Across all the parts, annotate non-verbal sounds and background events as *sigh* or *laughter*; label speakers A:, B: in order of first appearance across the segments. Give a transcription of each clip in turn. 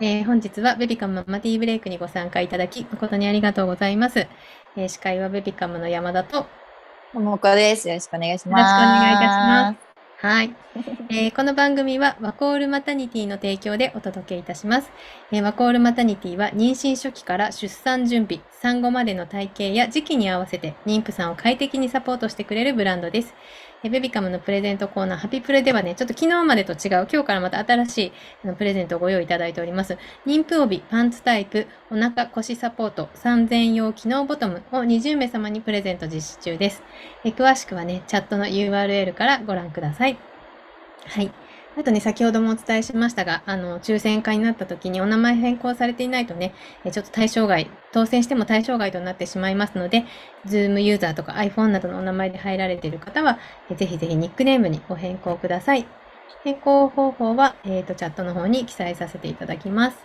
A: えー本日はベビカムママティーブレイクにご参加いただき誠にありがとうございます。えー司会はベビカムの山田と、
B: ももこです。よろしくお願いし
A: よ
B: ます。
A: ろしくお願いいたしまはい、えーこの番組はワコールマタニティの提供でお届けいたします、えーワコールマタニティは妊娠初期から出産準備、産後までの体型や時期に合わせて妊婦さんを快適にサポートしてくれるブランドです。えーベビカムのプレゼントコーナーハピプレではね、ちょっと昨日までと違う、今日からまた新しいあのプレゼントをご用意いただいております。妊婦帯、パンツタイプ、お腹腰サポート、産前用機能ボトムを20名様にプレゼント実施中です。えー詳しくはね、チャットの URL からご覧ください。はい。あとね、先ほどもお伝えしましたが、あの、抽選会になった時にお名前変更されていないとね、えちょっと対象外、当選しても対象外となってしまいますので、Zoom ユーザーとか iPhone などのお名前で入られている方は、えぜひぜひニックネームにご変更ください。変更方法は、えっ、と、チャットの方に記載させていただきます。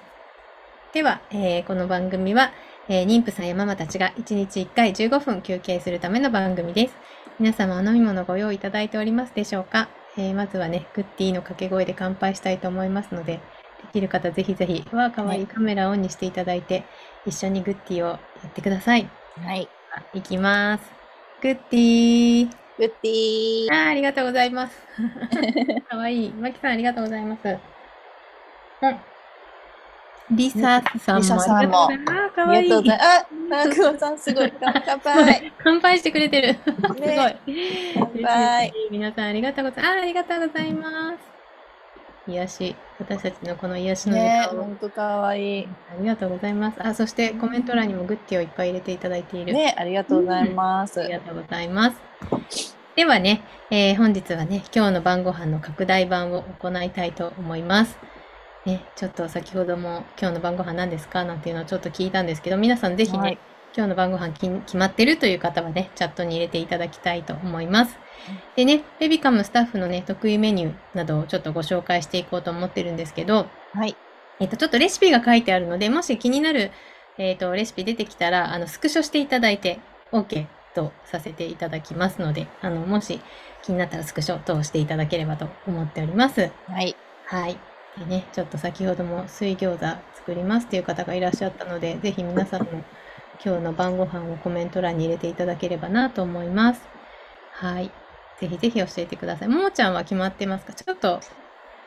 A: では、えーこの番組は、えー妊婦さんやママたちが1日1回15分休憩するための番組です。皆様お飲み物ご用意いただいておりますでしょうか、えーまずはね、グッディの掛け声で乾杯したいと思いますので、できる方ぜひぜひ、わあ、かわいい
B: ね
A: カメラオンにしていただいて、一緒にグッディをやってください。
B: はい。
A: いきます。グッディー。
B: グッディー。
A: あーありがとうござい
B: *laughs*
A: ます。かわいい。まきさん、ありがとうございます。うん。りささん
B: りさ
A: も
B: さ
A: あり
B: ん
A: が
B: も
A: とうございます。あーかわ
B: あ
A: い
B: り
A: い。
B: がとうございます。あ、久保さんすごい。乾杯。
A: 乾杯してくれてる。すごい。
B: ね乾杯
A: 嬉しい皆さん、ありがとうございます。あーありがとうございます。癒し、私たちのこの癒しの時
B: ね
A: 間を、
B: ほんとかわいい。
A: ありがとうございます。あ、そしてコメント欄にもグッティをいっぱい入れていただいている。
B: ねありがとうございます。
A: ありがとうございます。ではね、えー本日はね、今日の晩ご飯の拡大版を行いたいと思います。ね、ちょっと先ほども今日の晩ご飯何ですかなんていうのをちょっと聞いたんですけど、皆さんぜひね、
B: はい
A: 今日の晩ご飯き決まってるという方はね、チャットに入れていただきたいと思います。でね、ベビカムスタッフのね、得意メニューなどをちょっとご紹介していこうと思ってるんですけど、
B: はい。
A: えっと、ちょっとレシピが書いてあるので、もし気になる、えっと、レシピ出てきたら、あの、スクショしていただいて、OK とさせていただきますので、あの、もし気になったらスクショ通していただければと思っております。
B: はい。
A: はい。でね、ちょっと先ほども水餃子作りますという方がいらっしゃったので、ぜひ皆さんも今日の晩ご飯をコメント欄に入れていただければなと思います。はい。ぜひぜひ教えてください。ももちゃんは決まってますかちょっと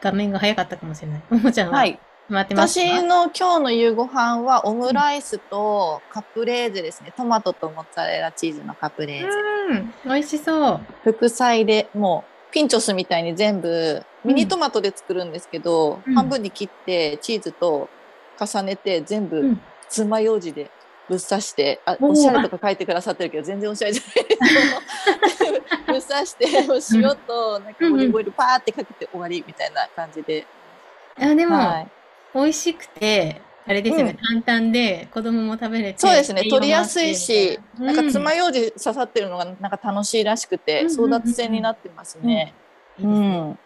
A: 画面が早かったかもしれない。ももちゃんは
B: はい。
A: 決まってますか、
B: 私の今日の夕ご飯はオムライスとカプレーゼですね。トマトとモッツァレラチーズのカプレーゼ。
A: うん、美味しそう。
B: 副菜でもうピンチョスみたいに全部ミニトマトで作るんですけど、
A: うん
B: 半分に切ってチーズと重ねて全
A: う
B: 部
A: ん
B: 爪楊枝でぶっ刺して、あ
A: おー
B: おしゃれとか書いてくださってるけど全然おしゃれじゃないですけど
A: *laughs*
B: ぶっ刺してもう塩となんかオリーブオイルパーってかけて終わりみたいな感じで、
A: あでも、
B: はい、
A: 美味しくて、あれですよね、簡単で子供も食べれて。
B: そうですね
A: 栄養も
B: 取りやすいし
A: あってみた
B: ない
A: な、
B: んか爪楊枝刺さってるのがなんか楽しいらしくて
A: うんうんう
B: 争
A: んうん
B: 奪戦になってますね。
A: うんいいですね
B: うん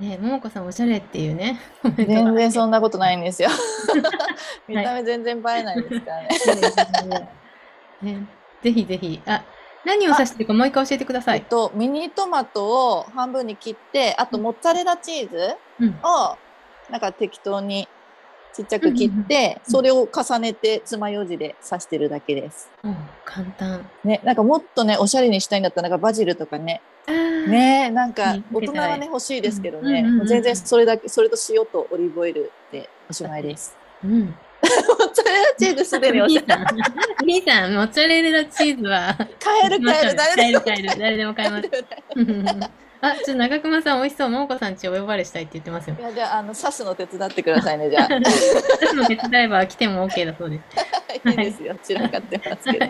A: ね、ももこさんおしゃれっていう *laughs* ね、コメント
B: 全
A: が。
B: 然そんなことない
A: *laughs*
B: んですよ。見た目全然映えないですからね。
A: *laughs* ね、ぜひぜひ、あ、何を指してるかもう一回教えてくださ
B: えっ
A: い。
B: とミニトマトを半分に切って、あとモッツァレラチーズ
A: うん、
B: をなんか適当にちっちゃく切って、それを重ねて爪楊枝で刺してるだけです。
A: うん簡単。
B: ね、なんかもっとねおしゃれにしたいんだったらなんかバジルとかね、
A: あー、
B: ねなんか
A: うん
B: 大人はね欲しいですけど
A: うんうん
B: ね、
A: うんうん
B: もう全然それだけそれと塩とオリーブオイルでおしまい
A: *laughs*
B: です。
A: うん。
B: モッツァレラチーズすでにおしゃれ。
A: *laughs* さん、みーさん、モッツァレラチーズは。
B: *laughs* 買える買える誰でも
A: 買える買える誰でも買えます。
B: 買える
A: うんあ、ちょっと長熊さん美味しそう。桃子さんちお呼ばれしたいって言ってますよ
B: い。やじゃああの刺すの手伝ってくださいねじ
A: *laughs*
B: ゃあ
A: 私の手伝えば来ても OK だそうです。
B: いいですよ散らかってますけど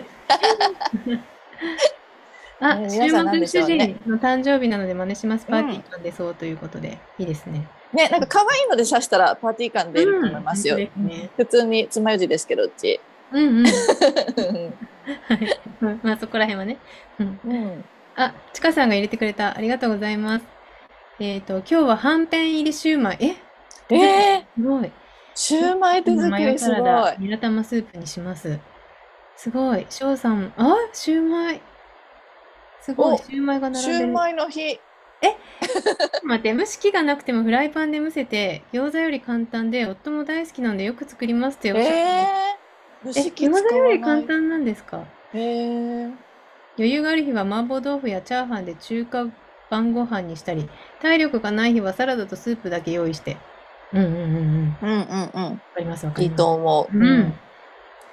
A: あ、
B: ね
A: 週
B: 皆さん
A: 末
B: 何でし
A: 主
B: ょうね
A: 人の誕生日なので真似します。パーティー感でそうということで、いいですね。
B: ねなんか可愛いので刺したらパーティー感出ると思いますよ、
A: うん本当ですね
B: 普通に爪楊枝ですけどうち、
A: うんうん。
B: う
A: はいまあそこら辺はね。うん
B: ん、
A: あ、ちかさんが入れてくれた。ありがとうございます。えっと、今日ははんぺん入りシューマイ。え、
B: えー、
A: すごい。
B: シューマイ手作
A: マヨ
B: り
A: サ
B: すごい
A: ラダ、ニラ玉スープにします。すごい。しょうさん、あ、シューマイ。すごい、
B: お
A: シューマイが並
B: シ
A: ん
B: ュ
A: で
B: ー
A: る。
B: マイの日
A: 待って、蒸し器がなくてもフライパンで蒸せて、餃子より簡単で、夫も大好きなんでよく作りますっておっしゃってます
B: えー、蒸
A: え、
B: し器使
A: 餃子よ
B: わ
A: り簡
B: ない。
A: 単なんですか
B: えー、
A: 余裕がある日は麻婆豆腐やチャーハンで中華晩ご飯にしたり、体力がない日はサラダとスープだけ用意して。うんうんうんうん。わ
B: うんうんうん。
A: かります、わか
B: い
A: り
B: い
A: ます。
B: と思う。
A: うん。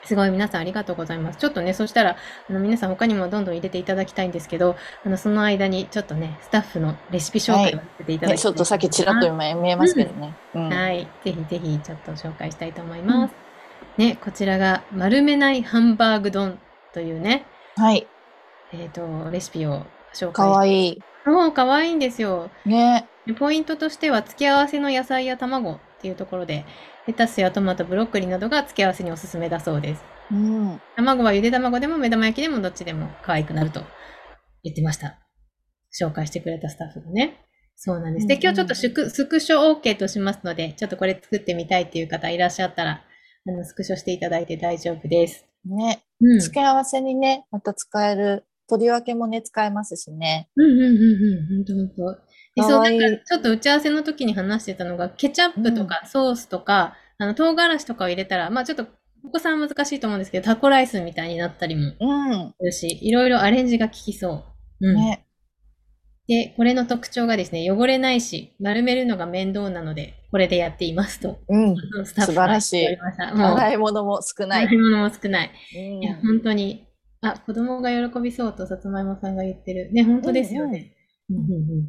A: すごい皆さんありがとうございます。ちょっとね、そしたら、あの皆さん他にもどんどん入れていただきたいんですけど、あのその間にちょっとね、スタッフのレシピ紹介をさせていただ
B: ね、
A: き
B: ち
A: た
B: ょ
A: い
B: っとさっきちらっと今見えますけどね。うん。
A: はい、ぜひぜひちょっと紹介したいと思います。ね、こちらが丸めないハンバーグ丼というね、
B: はい。
A: えっ、と、レシピを紹
B: か
A: 介
B: わいい。
A: そう、かわいいんですよ。
B: ね。
A: ポイントとしては、付け合わせの野菜や卵っていうところで、レタスやトマト、ブロッコリーなどが付け合わせにおすすめだそうです。
B: うん。
A: 卵はゆで卵でも目玉焼きでもどっちでも可愛くなると言ってました。紹介してくれたスタッフがね。そうなんです。で、
B: うんうん
A: 今日ちょっとスクスクショ OK としますので、ちょっとこれ作ってみたいっていう方いらっしゃったら、あの、スクショしていただいて大丈夫です。
B: ね。
A: うん。
B: 付け合わせにね、また使える。取り分けもね、使えますしね。
A: うんうんうんうん。ほんとほんと。で
B: か
A: そう、
B: わ
A: ないん
B: い
A: かちょっと打ち合わせの時に話してたのが、ケチャップとかソースとか、あの、唐辛子とかを入れたら、まあちょっと、お子さんは難しいと思うんですけど、タコライスみたいになったりも
B: うん。
A: するし、いろいろアレンジが効きそう。うん。
B: ね。
A: で、これの特徴がですね、汚れないし、丸めるのが面倒なので、これでやっていますと、
B: うん。
A: スタッフ
B: 素晴
A: が
B: らしい
A: 言っておりました。もう、
B: 洗い物も少な
A: 洗
B: い。
A: い物も少ない。
B: う
A: い
B: ん
A: や、本当に、あ、子供が喜びそうと、さつまいもさんが言ってる。ね、本当ですよね。うんうんうん。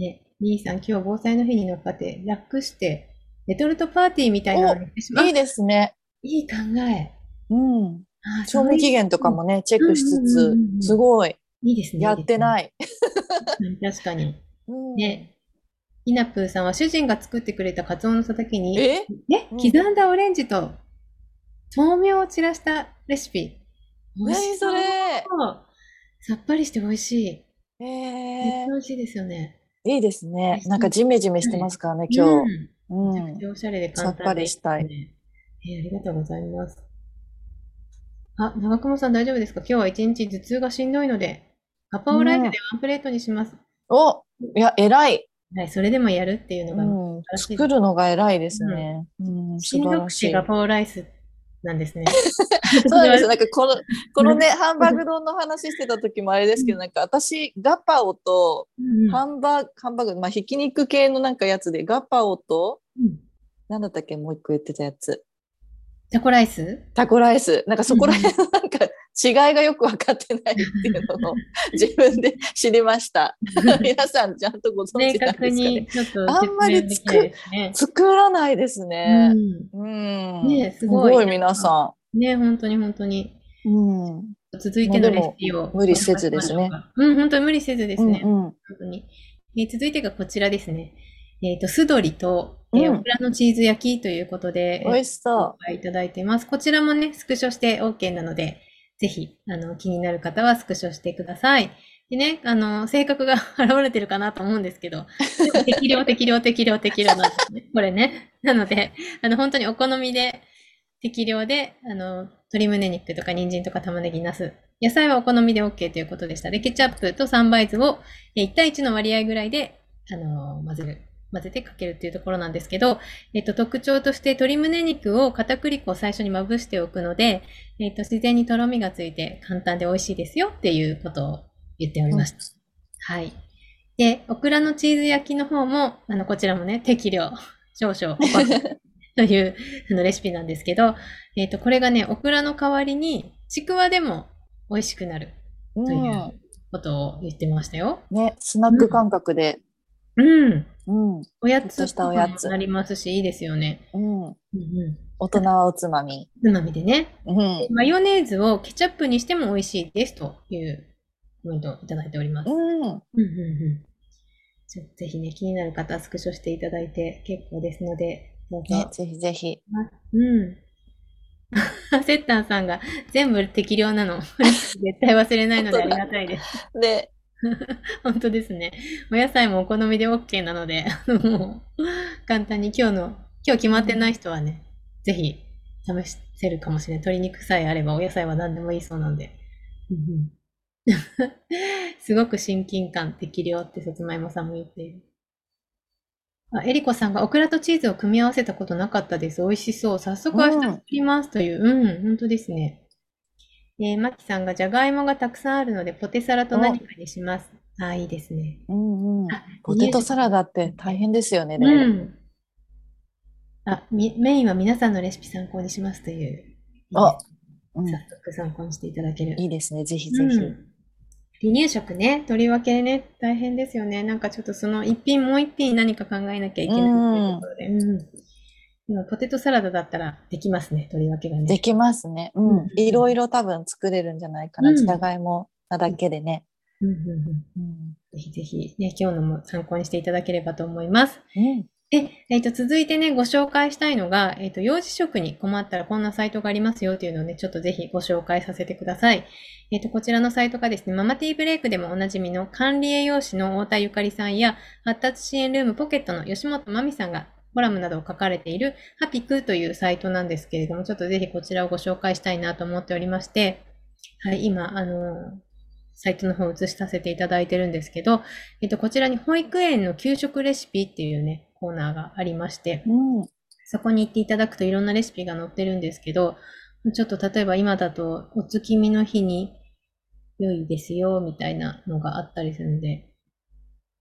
A: ね、みーさん、今日防災の日に乗っかって、楽して、レトルトパーティーみたいなのにしてしまう
B: いいですね。
A: いい考え。
B: うん。
A: あー
B: 賞味期限とかもね、チェックしつ
A: うんうんうんうん
B: つ、すご
A: そう
B: い。
A: いういいですね。
B: やって
A: い
B: ない。
A: いですね。確かに。
B: うん
A: ね、イナプーさんは主人が作ってくれたカツオのたたきに、
B: え
A: ね、
B: うん
A: 刻んだオレンジと豆苗を散らしたレシピ。美味
B: 何
A: し
B: そ
A: そう。
B: れ
A: さっぱりして美味しい。
B: え
A: めっ
B: ー
A: ちゃ美味しいですよね。
B: いいですね。なんかジメジメしてますからね、
A: う
B: 今
A: ん
B: 日。う
A: めちゃく
B: ん
A: ち。ゃおしゃれで簡単で
B: さっぱりしたい
A: いいですね。えーありがとうございます。あ、長久保さん大丈夫ですか今日は一日頭痛がしんどいので、ガパオライスでワンプレートにします。
B: おいや、偉い。
A: はい、それでもやるっていうのが
B: うん。
A: らしいです
B: 作るのが偉いですね。うん、
A: し
B: 素
A: ん
B: 晴
A: ど
B: ら
A: く
B: してい。
A: ガパオライスなんですね。
B: *laughs* そうなんですよ。なんかこの、このね、ハンバーグ丼の話してた時もあれですけど、なんか私、ガパオと、
A: うん
B: ハンバーグ、ハンバーグ、まあ、ひき肉系のなんかやつで、ガパオと、
A: うん
B: なんだったっけ、もう一個言ってたやつ。
A: タコライ
B: *laughs*
A: ス
B: タコライス。なんかそこら辺のなんか違いがよく分かってないっていう
A: *laughs*
B: のを自分で知りました。皆さんちゃんとご存
A: 明
B: 知なんですか
A: 確に
B: ね。
A: ちょっと
B: あんまり
A: 説明できないですね。
B: 作らないですね。うん。
A: ねえすごい
B: 皆さ
A: うん、ね、本当に本当に。
B: ん。うん。
A: 続いてのレシピを
B: もうでも無理せずですね。
A: うん、本当に無理せずですね。
B: う
A: 本
B: んうん
A: 当に。えー続いてがこちらですね。えっ、と、スドリと、えー
B: うん
A: オクラのチーズ焼きということで、
B: 美味しそ
A: 紹介いただいてます。こちらもね、スクショして OK なので、ぜひ、あの、気になる方はスクショしてください。でね、あの、性格が *laughs* 現れてるかなと思うんですけど、 *laughs* でも適量、適量、適量、適量なんですね。これね。なので、あの、本当にお好みで、適量で、あの、鶏胸肉とか人参とか玉ねぎ、ナス。野菜はお好みで OK ということでした。で、ケチャップと三杯酢をえー1対1の割合ぐらいで、あのー混ぜる。混ぜてかけるっていうところなんですけど、えっと、特徴として鶏胸肉を片栗粉を最初にまぶしておくので、えっと、自然にとろみがついて簡単で美味しいですよっていうことを言っておりました。はい。で、オクラのチーズ焼きの方も、あの、こちらもね、適量、少
B: *laughs*
A: 々、というあのレシピなんですけど、えっと、これがね、オクラの代わりに、ちくわでも美味しくなる
B: う。
A: と
B: う
A: い
B: ん。
A: ことを言ってましたよ。
B: ね、スナック感覚で。
A: うん。
B: うん。
A: おや
B: ちょ
A: つ
B: っとしたお
A: にも
B: やつ
A: なりますし、いいですよね。
B: うん。
A: うんう
B: 大人はおつまみ。
A: ん。つまみでね。
B: うん。
A: マヨネーズをケチャップにしても美味しいですというコメントをいただいております。
B: うん。
A: うんうんうんちょぜひね、気になる方はスクショしていただいて結構ですので、どうぞ。
B: ね、ぜひぜひ。
A: うん。 *laughs* セッタンさんが全部適量なの。 *laughs* 絶対忘れないのでありがたいです。
B: で、
A: *laughs* 本当ですね。お野菜もお好みで OK なので、あのもう簡単に今日の、今日決まってない人はね、ぜひ試せるかもしれない。鶏肉さえあればお野菜は何でもいいそうなんで。うんうん *laughs* すごく親近感適量ってさつまいもさんも言っている。あ、えりこさんがオクラとチーズを組み合わせたことなかったです。美味しそう。早速明日
B: うん
A: 作りますという。うん、本当ですね。えー、まきさんがじゃがいもがたくさんあるので、ポテサラと何かにします。あー、いいですね。
B: うんうん。
A: あ、
B: ポテト
A: ラ
B: サラダって大変ですよね。でも
A: うん。あ、み、メインは皆さんのレシピ参考にしますという。
B: あ
A: いい
B: うん
A: です早速参考にしていただける。
B: いいですね。ぜひぜ
A: うん
B: ひ。
A: 離乳食ね、とりわけね、大変ですよね。なんかちょっとその一品もう一品何か考えなきゃいけないというところで。うん。でもポテトサラダだったらできますね、とりわけが
B: で
A: ね。
B: きますね。う
A: うん
B: ん。いろいろ多分作れるんじゃないか
A: う
B: な。
A: ん
B: じゃがいもなだけでね。
A: うんうんうん。
B: うん。
A: ぜひぜひ、ね、今日のも参考にしていただければと思います。
B: うん。
A: で、えっと、続いてね、ご紹介したいのが、えっと、幼児食に困ったらこんなサイトがありますよというのをね、ちょっとぜひご紹介させてください。えっと、こちらのサイトがですね、ママティーブレイクでもおなじみの管理栄養士の太田ゆかりさんや、発達支援ルームポケットの吉本まみさんがコラムなどを書かれているハピクというサイトなんですけれども、ちょっとぜひこちらをご紹介したいなと思っておりまして、はい、今、あのサイトの方を映しさせていただいてるんですけど、えっと、こちらに保育園の給食レシピっていうね、コーナーがありまして、
B: うん。
A: そこに行っていただくといろんなレシピが載ってるんですけど、ちょっと例えば今だとお月見の日に良いですよみたいなのがあったりするんで。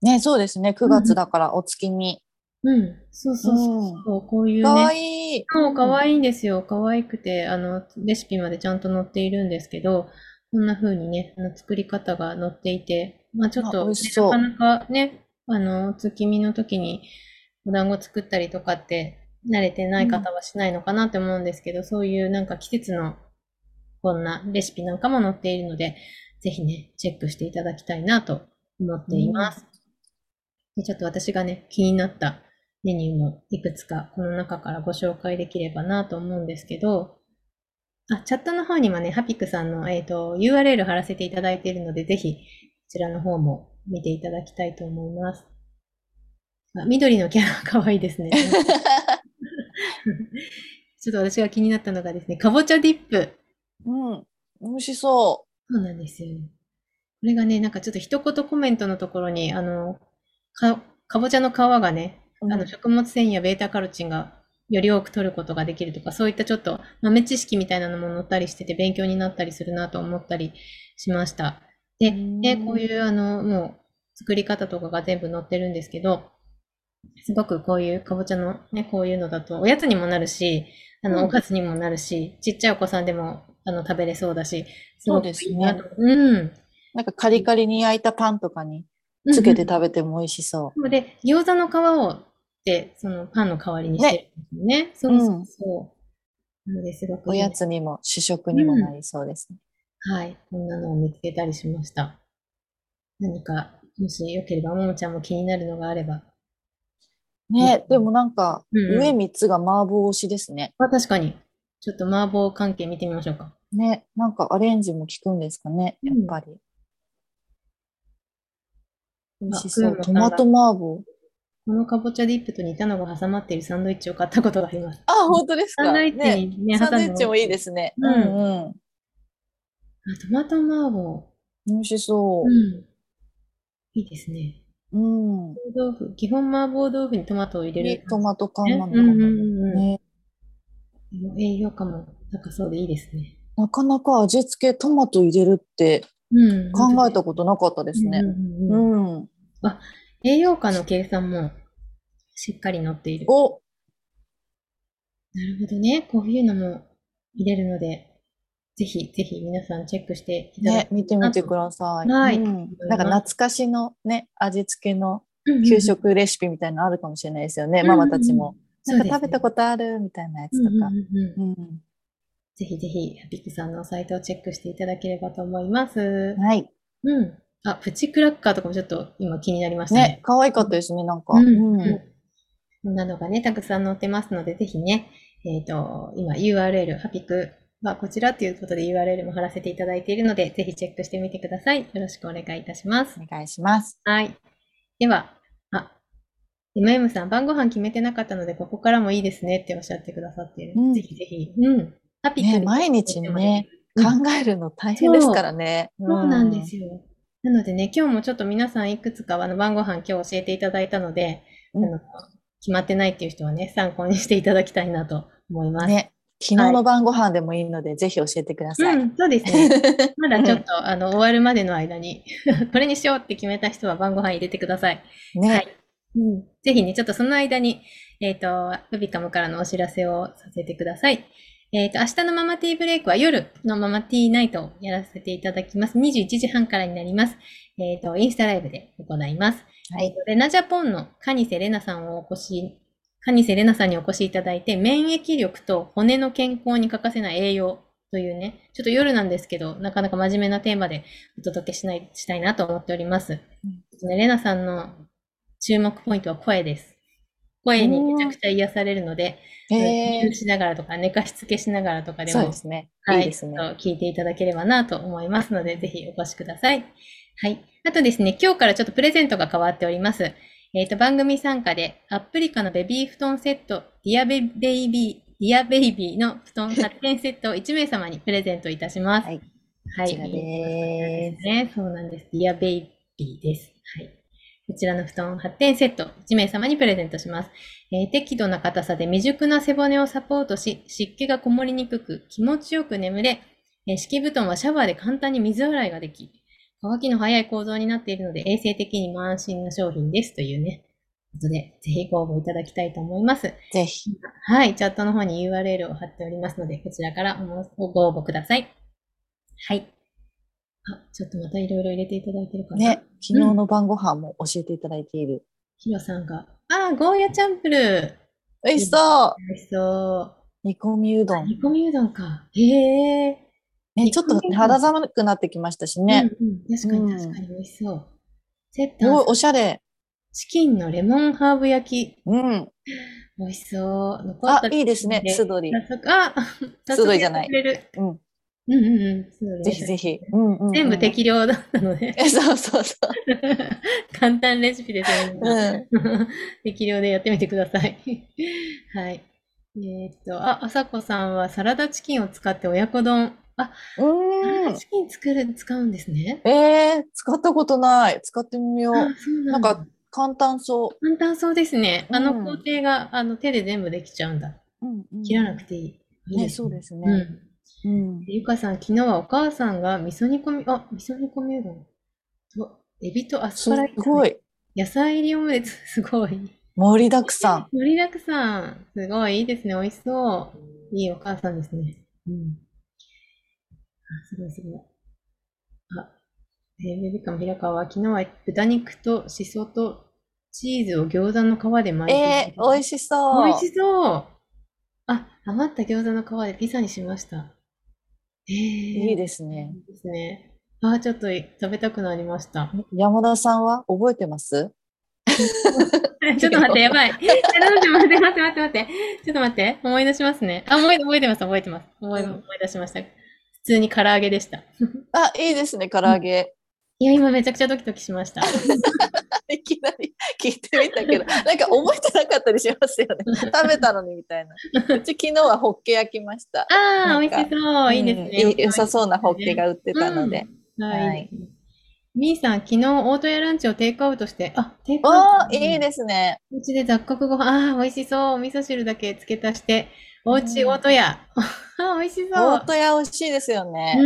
B: ね、そうですね。9月だからお月見。
A: うん、そうそうそうそう、こういう
B: かわ
A: ね。
B: いい。
A: そう、可愛いんですよ。可愛くて、あの、レシピまでちゃんと載っているんですけど、こんな風にね、あの作り方が載っていて、まあちょっ
B: あ
A: と、
B: 美味しそう
A: なかなかね、あの、お月見の時にお団子作ったりとかって、慣れてない方はしないのかなって思うんですけど、そういうなんか季節のこんなレシピなんかも載っているので、ぜひね、チェックしていただきたいなと思っています。でちょっと私がね、気になったメニューもいくつかこの中からご紹介できればなと思うんですけど、あ、チャットの方にはね、ハピクさんの、えーと URL 貼らせていただいているので、ぜひこちらの方も見ていただきたいと思います。あ、緑のキャラかわいいですね。 *laughs* ちょっと私が気になったのがですね、かぼちゃディップ。
B: うん。美味しそ
A: そうなんですよ。これがね、なんかちょっと一言コメントのところに、あの、か、かぼちゃの皮がね、
B: う。
A: あの食物繊維やベータカロチンがより多く取ることができるとか、そういったちょっと豆知識みたいなのも載ったりしてて勉強になったりするなと思ったりしました。で、ね、こういうあの、もう作り方とかが全部載ってるんですけど、すごくこういうかぼちゃのね、こういうのだとおやつにもなるし、あ
B: う
A: の、
B: ん
A: おかずにもなるし、ちっちゃいお子さんでもあの食べれそうだし、すごくいいなと。うん。
B: なんかカリカリに焼いたパンとかにつけて食べても美味しそ
A: なので、餃子の皮をって、そのパンの代わりにしてるんですよね。そうそうそう。なので、すご
B: う。
A: く
B: お
A: いい
B: やつにも主食にもなりそうですね。
A: はい。こんなのを見つけたりしました。何か、もしよければ、ももちゃんも気になるのがあれば。
B: ね、でもなんか
A: うんうん
B: 上3つが麻婆推しですね。
A: あ、確かに。ちょっと麻婆関係見てみましょうか。
B: ね、なんかアレンジも効くんですかね、
A: うん
B: やっぱり。美味しそ
A: あ
B: う。
A: 黒の
B: トマト麻婆。
A: このかぼちゃディップと似たのが挟まっているサンドイッチを買ったことがあります。
B: あ、本当です
A: サン
B: か。
A: ドイッチ
B: ね、
A: にね、
B: サンドイ
A: 挟んで
B: ッチもいいですね。
A: う
B: うんんうん。
A: あトマト麻婆。
B: 美味しそう
A: う。ん。いいですね。
B: うん。
A: 豆腐、基本麻婆豆腐にトマトを入れ
B: で
A: る。
B: トマト缶
A: ね
B: なの
A: うん
B: か
A: うん
B: な。
A: うんうん
B: ね
A: でも栄養価も高そうでいいですね。
B: なかなか味付けトマト入れるって
A: うん
B: 考えたことなかったですね。
A: うんうん
B: う
A: うん
B: ん。
A: 栄養価の計算もしっかり載っている。
B: お、
A: なるほどね。こういうのも見れるので、ぜひぜひ皆さんチェックしていただ
B: ね
A: き、
B: 見てみてください。
A: はい
B: うんなんか懐かしのね、味付けの
A: うんうん
B: 給食レシピみたいなのあるかもしれないですよね、
A: うん
B: ママたちも。
A: そう
B: な
A: ですね
B: んか食べたことあるみたいなや
A: う
B: つ
A: んうん
B: と
A: う
B: か。
A: んうん
B: うん
A: ぜひぜひ、ハピクさんのサイトをチェックしていただければと思います。
B: はい。
A: うん。あ、プチクラッカーとかもちょっと今気になりましたね
B: ね、。可愛かったですね、なんか。
A: うん、
B: うん
A: そんなのがね、たくさん載ってますので、ぜひね、えっ、と、今 URL、ハピクはこちらということで URL も貼らせていただいているので、ぜひチェックしてみてください。よろしくお願いいたします。
B: お願いします。
A: はい。では、あ、MM さん、晩ご飯決めてなかったので、ここからもいいですねっておっしゃってくださっている。
B: うん
A: ぜひぜひ。うん。ハピク
B: ね、
A: に
B: 毎日ね、考えるの大変ですからね。
A: そうなんですよ。なのでね、今日もちょっと皆さんいくつかあの晩ご飯今日教えていただいたので、
B: うん
A: あの決まってないっていう人はね、参考にしていただきたいなと思います。
B: ね。昨日の晩ご飯でもいいので、ぜひ教えてください。
A: うん、そうです
B: *laughs*
A: ね。まだちょっと、あの、終わるまでの間に、 *laughs* これにしようって決めた人は晩ご飯入れてください。*laughs*
B: ね、
A: はいうん、ぜひね、ちょっとその間に、えっ、と、ウビカムからのお知らせをさせてください。えっ、と、明日のママティーブレイクは夜のママティーナイトをやらせていただきます。21時半からになります。えっ、と、インスタライブで行います。
B: はい。
A: レナジャポンの蟹瀬レナさんをお越し、蟹瀬レナさんにお越しいただいて、免疫力と骨の健康に欠かせない栄養というね、ちょっと夜なんですけど、なかなか真面目なテーマでお届けしないしたいなと思っております。ちょっとねレナさんの注目ポイントは声です。声にめちゃくちゃ癒されるので、
B: え
A: 練習しながらとか寝かしつけしながらとか
B: ー、
A: で
B: そう
A: も
B: ですね。、
A: はいい、
B: いですね
A: ち。ょっと聞いていただければなと思いますので、ぜひお越しください。はい。あとですね、今日からちょっとプレゼントが変わっております。えっ、と、番組参加で、アプリカのベビー布団セット、ディアベベイビー、ディアベイビーの布
B: *laughs*
A: 団8点セットを1名様にプレゼントいたします。
B: はい。
A: は
B: こちらで
A: ね、そうなんです。ディアベイビーです。はい。こちらの布団8点セット、1名様にプレゼントします。えー適度な硬さで未熟な背骨をサポートし、湿気がこもりにくく、気持ちよく眠れ、えー敷布団はシャワーで簡単に水洗いができ、乾きの早い構造になっているので、衛生的にも安心な商品ですというね、ことで、ぜひご応募いただきたいと思います。
B: す。ぜひ。
A: はい、チャットの方に URL を貼っておりますので、こちらからごご応募ください。はい。あ、ちょっとまたいろいろ入れていただいてるかな。
B: ね、昨日の晩ご飯も教えていただいている。
A: ヒロさんが。あー、ゴーヤチャンプルー。
B: 美味しそう
A: 美味しそう。
B: 煮込みうどん。
A: 煮込みうどんか。へえ。
B: ね、ちょっと
A: 煮込みうどん
B: 肌寒くなってきましたしね。
A: うんうん。確か
B: うん
A: に確かに美味しそう。セッ
B: すごい
A: ト
B: おしゃれ。
A: チキンのレモンハーブ焼き。
B: うん。
A: 美味しそう。残
B: あ
A: った、
B: いいですね。素通り。
A: 早速、あ、
B: 素通りじゃな
A: 早速やって
B: い
A: くれる
B: うん。
A: うんうんうん素通り
B: ぜひぜひ。うんうんうん
A: 全部。適量だったので。
B: え、 *laughs* そうそうそう。
A: *laughs* 簡単レシピですよね。
B: うん。
A: *laughs* 適量でやってみてください。 *laughs* はい。えーっと、あ、あさこさんはサラダチキンを使って親子丼。あ、サラ
B: う
A: ダ
B: ん。
A: チキン作る、使うんですね。
B: えー、使ったことない。使ってみよ
A: あ、
B: う。
A: そうな
B: なんん
A: だ。
B: か簡単そ
A: 簡単そうですね。あの
B: うん
A: 工程が、あの手で全部できちゃうんだ。
B: う。うんうん
A: 切らなくていい。いい
B: ね、そうです
A: う
B: ね。
A: ん。
B: うん
A: で。ゆかさん、昨日はお母さんが味噌煮込み、あ、味噌煮込みうどんと、エビとアス
B: す
A: パラ
B: っご
A: い。
B: い。
A: 野菜入りオムレツ、 *laughs* すごい。
B: 盛りだくさ
A: 盛りだくさん。すごい、いいですね。美味しそう。いいお母さんですね。うん。あ、すごいすごい。あ、えー、ベビカム平川は、昨日は豚肉としそとチーズを餃子の皮で
B: ん。
A: 巻いて
B: えー、美味
A: し
B: しそう。
A: 美味しそう。あ、余った餃子の皮でピザにしました。えー、
B: い
A: い
B: いですね。
A: ですね。あ、ちょっと食べたくなりました。
B: 山田さんは覚えてます
A: *laughs* ちょっと待 *laughs* って、やばい。ちょっと待って、待って、待って、待って。ちょっと待って、思い出しますね。あ、思い覚えてます、覚えてます。思い
B: うん
A: 思い出しました。普通に唐揚げでした。
B: あ、いいですね、唐揚げ。
A: いや、今めちゃくちゃドキドキしま *laughs* した。
B: *laughs* いきなり聞いてみたけど、なんか覚えてなかったりしますよね。食べたのにみたいな。うち昨日はホッケ焼きました。
A: あ
B: な
A: あ、美
B: ん
A: 味
B: か
A: しそう。いいですね。
B: うん良さそうなホッケが売ってたので。
A: うん。
B: は
A: はいい。みーさん、昨日、オートやランチをテイクアウトして、あ、テイクア
B: お
A: ウ
B: ー、
A: ト。
B: いい
A: す。
B: ですね。
A: うちで雑穀ご飯、ああー、美味しそう。お味噌汁だけ付け足して、おうちオートや。 *laughs* ああ、美味しそ
B: 大
A: う。
B: 戸屋美味しいですよね。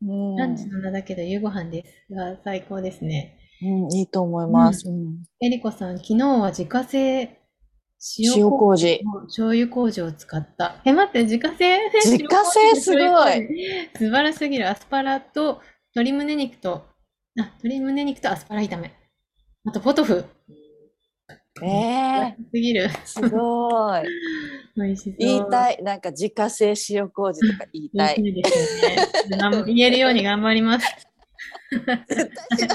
A: うん。
B: うん、
A: ランチの名だけど夕ご飯です。わあ最高ですね。
B: うんいいと思います。うん
A: えりこさん、昨日は自家製
B: 塩
A: 塩麹
B: 麹。
A: の醤油麹を使った。え、待って、自家製
B: 自家製すごい
A: 塩麹 *laughs* 素晴らしすぎる。アスパラと鶏胸肉と、あ、鶏胸肉とアスパラ炒め。あと、ポトフ。
B: え
A: 美
B: え
A: 味しすぎる。
B: ー、すご *laughs* い。
A: 美味しそう。
B: 言い
A: い。
B: たい。なんか自家製塩麹とか言い
A: 言
B: た
A: いた
B: い。
A: いですよね頑張。言えるように頑張り
B: *laughs*
A: ます。
B: 絶
A: *laughs*
B: 対しな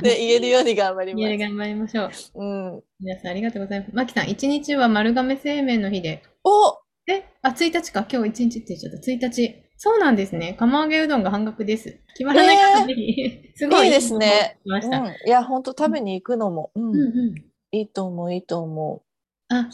B: いで言えるように頑張り
A: 言える
B: ま
A: 頑張りましょう。
B: す。うん、
A: 皆さんありがとうございます。マキさん、一日は丸亀製麺の日で。
B: お
A: え、あ、1日か。今日1日って言っちゃった。1日。そうなんですね。釜揚げうどんが半額です。決まらない方、ぜひ。 *laughs* すごい。
B: いいですね。
A: いいこと聞きました。
B: うん、いや、本当食べに行くのも、うん
A: うんうん。
B: いいと思う、いいと思
A: あ、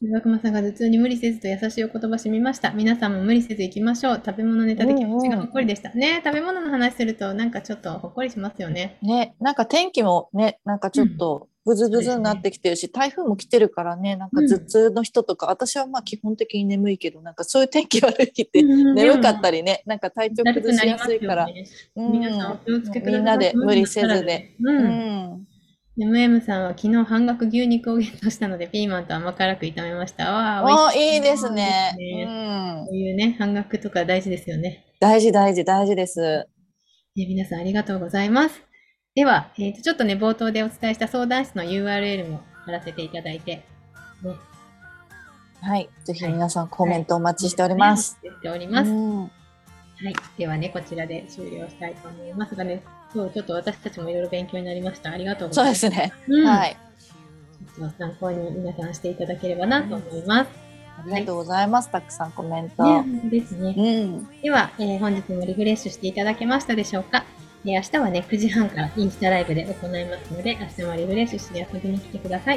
A: 岩熊さんが頭痛に無理せずと優しいお言葉しみました。皆さんも無理せず行きましょう。食べ物ネタで気持ちがほっこりでした。ねえ食べ物の話するとなんかちょっとほっこりしますよね。
B: ね、なんか天気もね、なんかちょっとぐずぐずになってきてるし、台風も来てるからね、なんか頭痛の人とか、私はまあ基本的に眠いけど、なんかそういう天気悪い日って眠かった
A: り、
B: りね、なんか体調
A: だるく
B: 崩
A: な
B: し
A: り
B: や
A: ます
B: すいか
A: よ
B: ら、
A: ね。
B: うん
A: 皆さんお気をつけください。
B: みんなで無理せずで。
A: う。
B: うんん、
A: MM さんは昨日半額牛肉をゲットしたので、ピーマンと甘辛く炒めました。わ
B: お
A: あ、
B: ーいいですね
A: いいですね。
B: うん
A: こ、ういうね、半額とか大事ですよね。
B: 大事大事大事です。
A: え皆さんありがとうございます。では、えーとちょっとね、冒頭でお伝えした相談室の URL も貼らせていただいて、
B: はい、ぜひ皆さんコメントお待ちしております。
A: ねお待ちしており
B: う
A: ます。
B: ん、
A: はい。ではね、こちらで終了したいと思いますがね、今日ちょっと私たちもいろいろ勉強になりました。ありがとうご
B: そう
A: ざい
B: で
A: ます。
B: すね。
A: うん
B: はい、
A: ちょっと参考に皆さんしていただければなと思います。
B: ありがとうございます。たくさんコメント。
A: ね、本当ですね。
B: うん。
A: では、えー本日もリフレッシュしていただけましたでしょうか、えー明日はね、9時半からインスタライブで行いますので、明日もリフレッシュして遊びに来てください。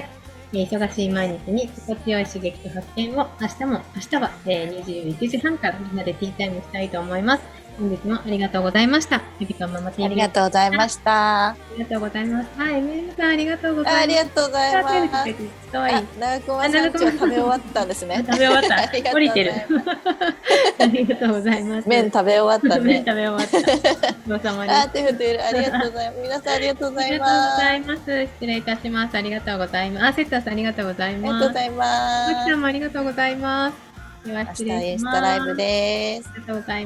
A: えー忙しい毎日に心地よい刺激と発見を、明日も、明日は、えー21時半からみんなでティータイムしたいと思います。本日もありがとうございました。ゆきとママティ
B: あ
A: ー
B: りがとうございました。
A: ありがとうございます。はい、みなさんありがとうござ
B: あ
A: いま
B: り
A: す。
B: がとうございます。
A: かわい
B: あ
A: い。、
B: 長熊さんちは食べ終わったんですね。
A: 食べ終わっ
B: *laughs* あ
A: た
B: りが。
A: 降
B: とうござい
A: り
B: ま
A: てる。
B: す
A: *laughs* ありがとうござい
B: *laughs*
A: ます。
B: 麺食べ終わった
A: *laughs* 麺
B: ね
A: 食。べ終わった。ごちそうさまでした
B: あ、手振ってる。ありがとうございます。皆さんありがとうござ
A: あり
B: い
A: がとう
B: ま
A: ご
B: す。
A: ざ
B: あ
A: います。失礼いたします。ありがとうございます。あ、セッタさんありがとうござい
B: りが
A: ます。
B: とうございま
A: ゆきさん
B: す。
A: もありがとうございます。では失
B: 明日
A: 礼
B: イン
A: し
B: ス
A: ます。
B: タライブです。
A: ありがとうございます。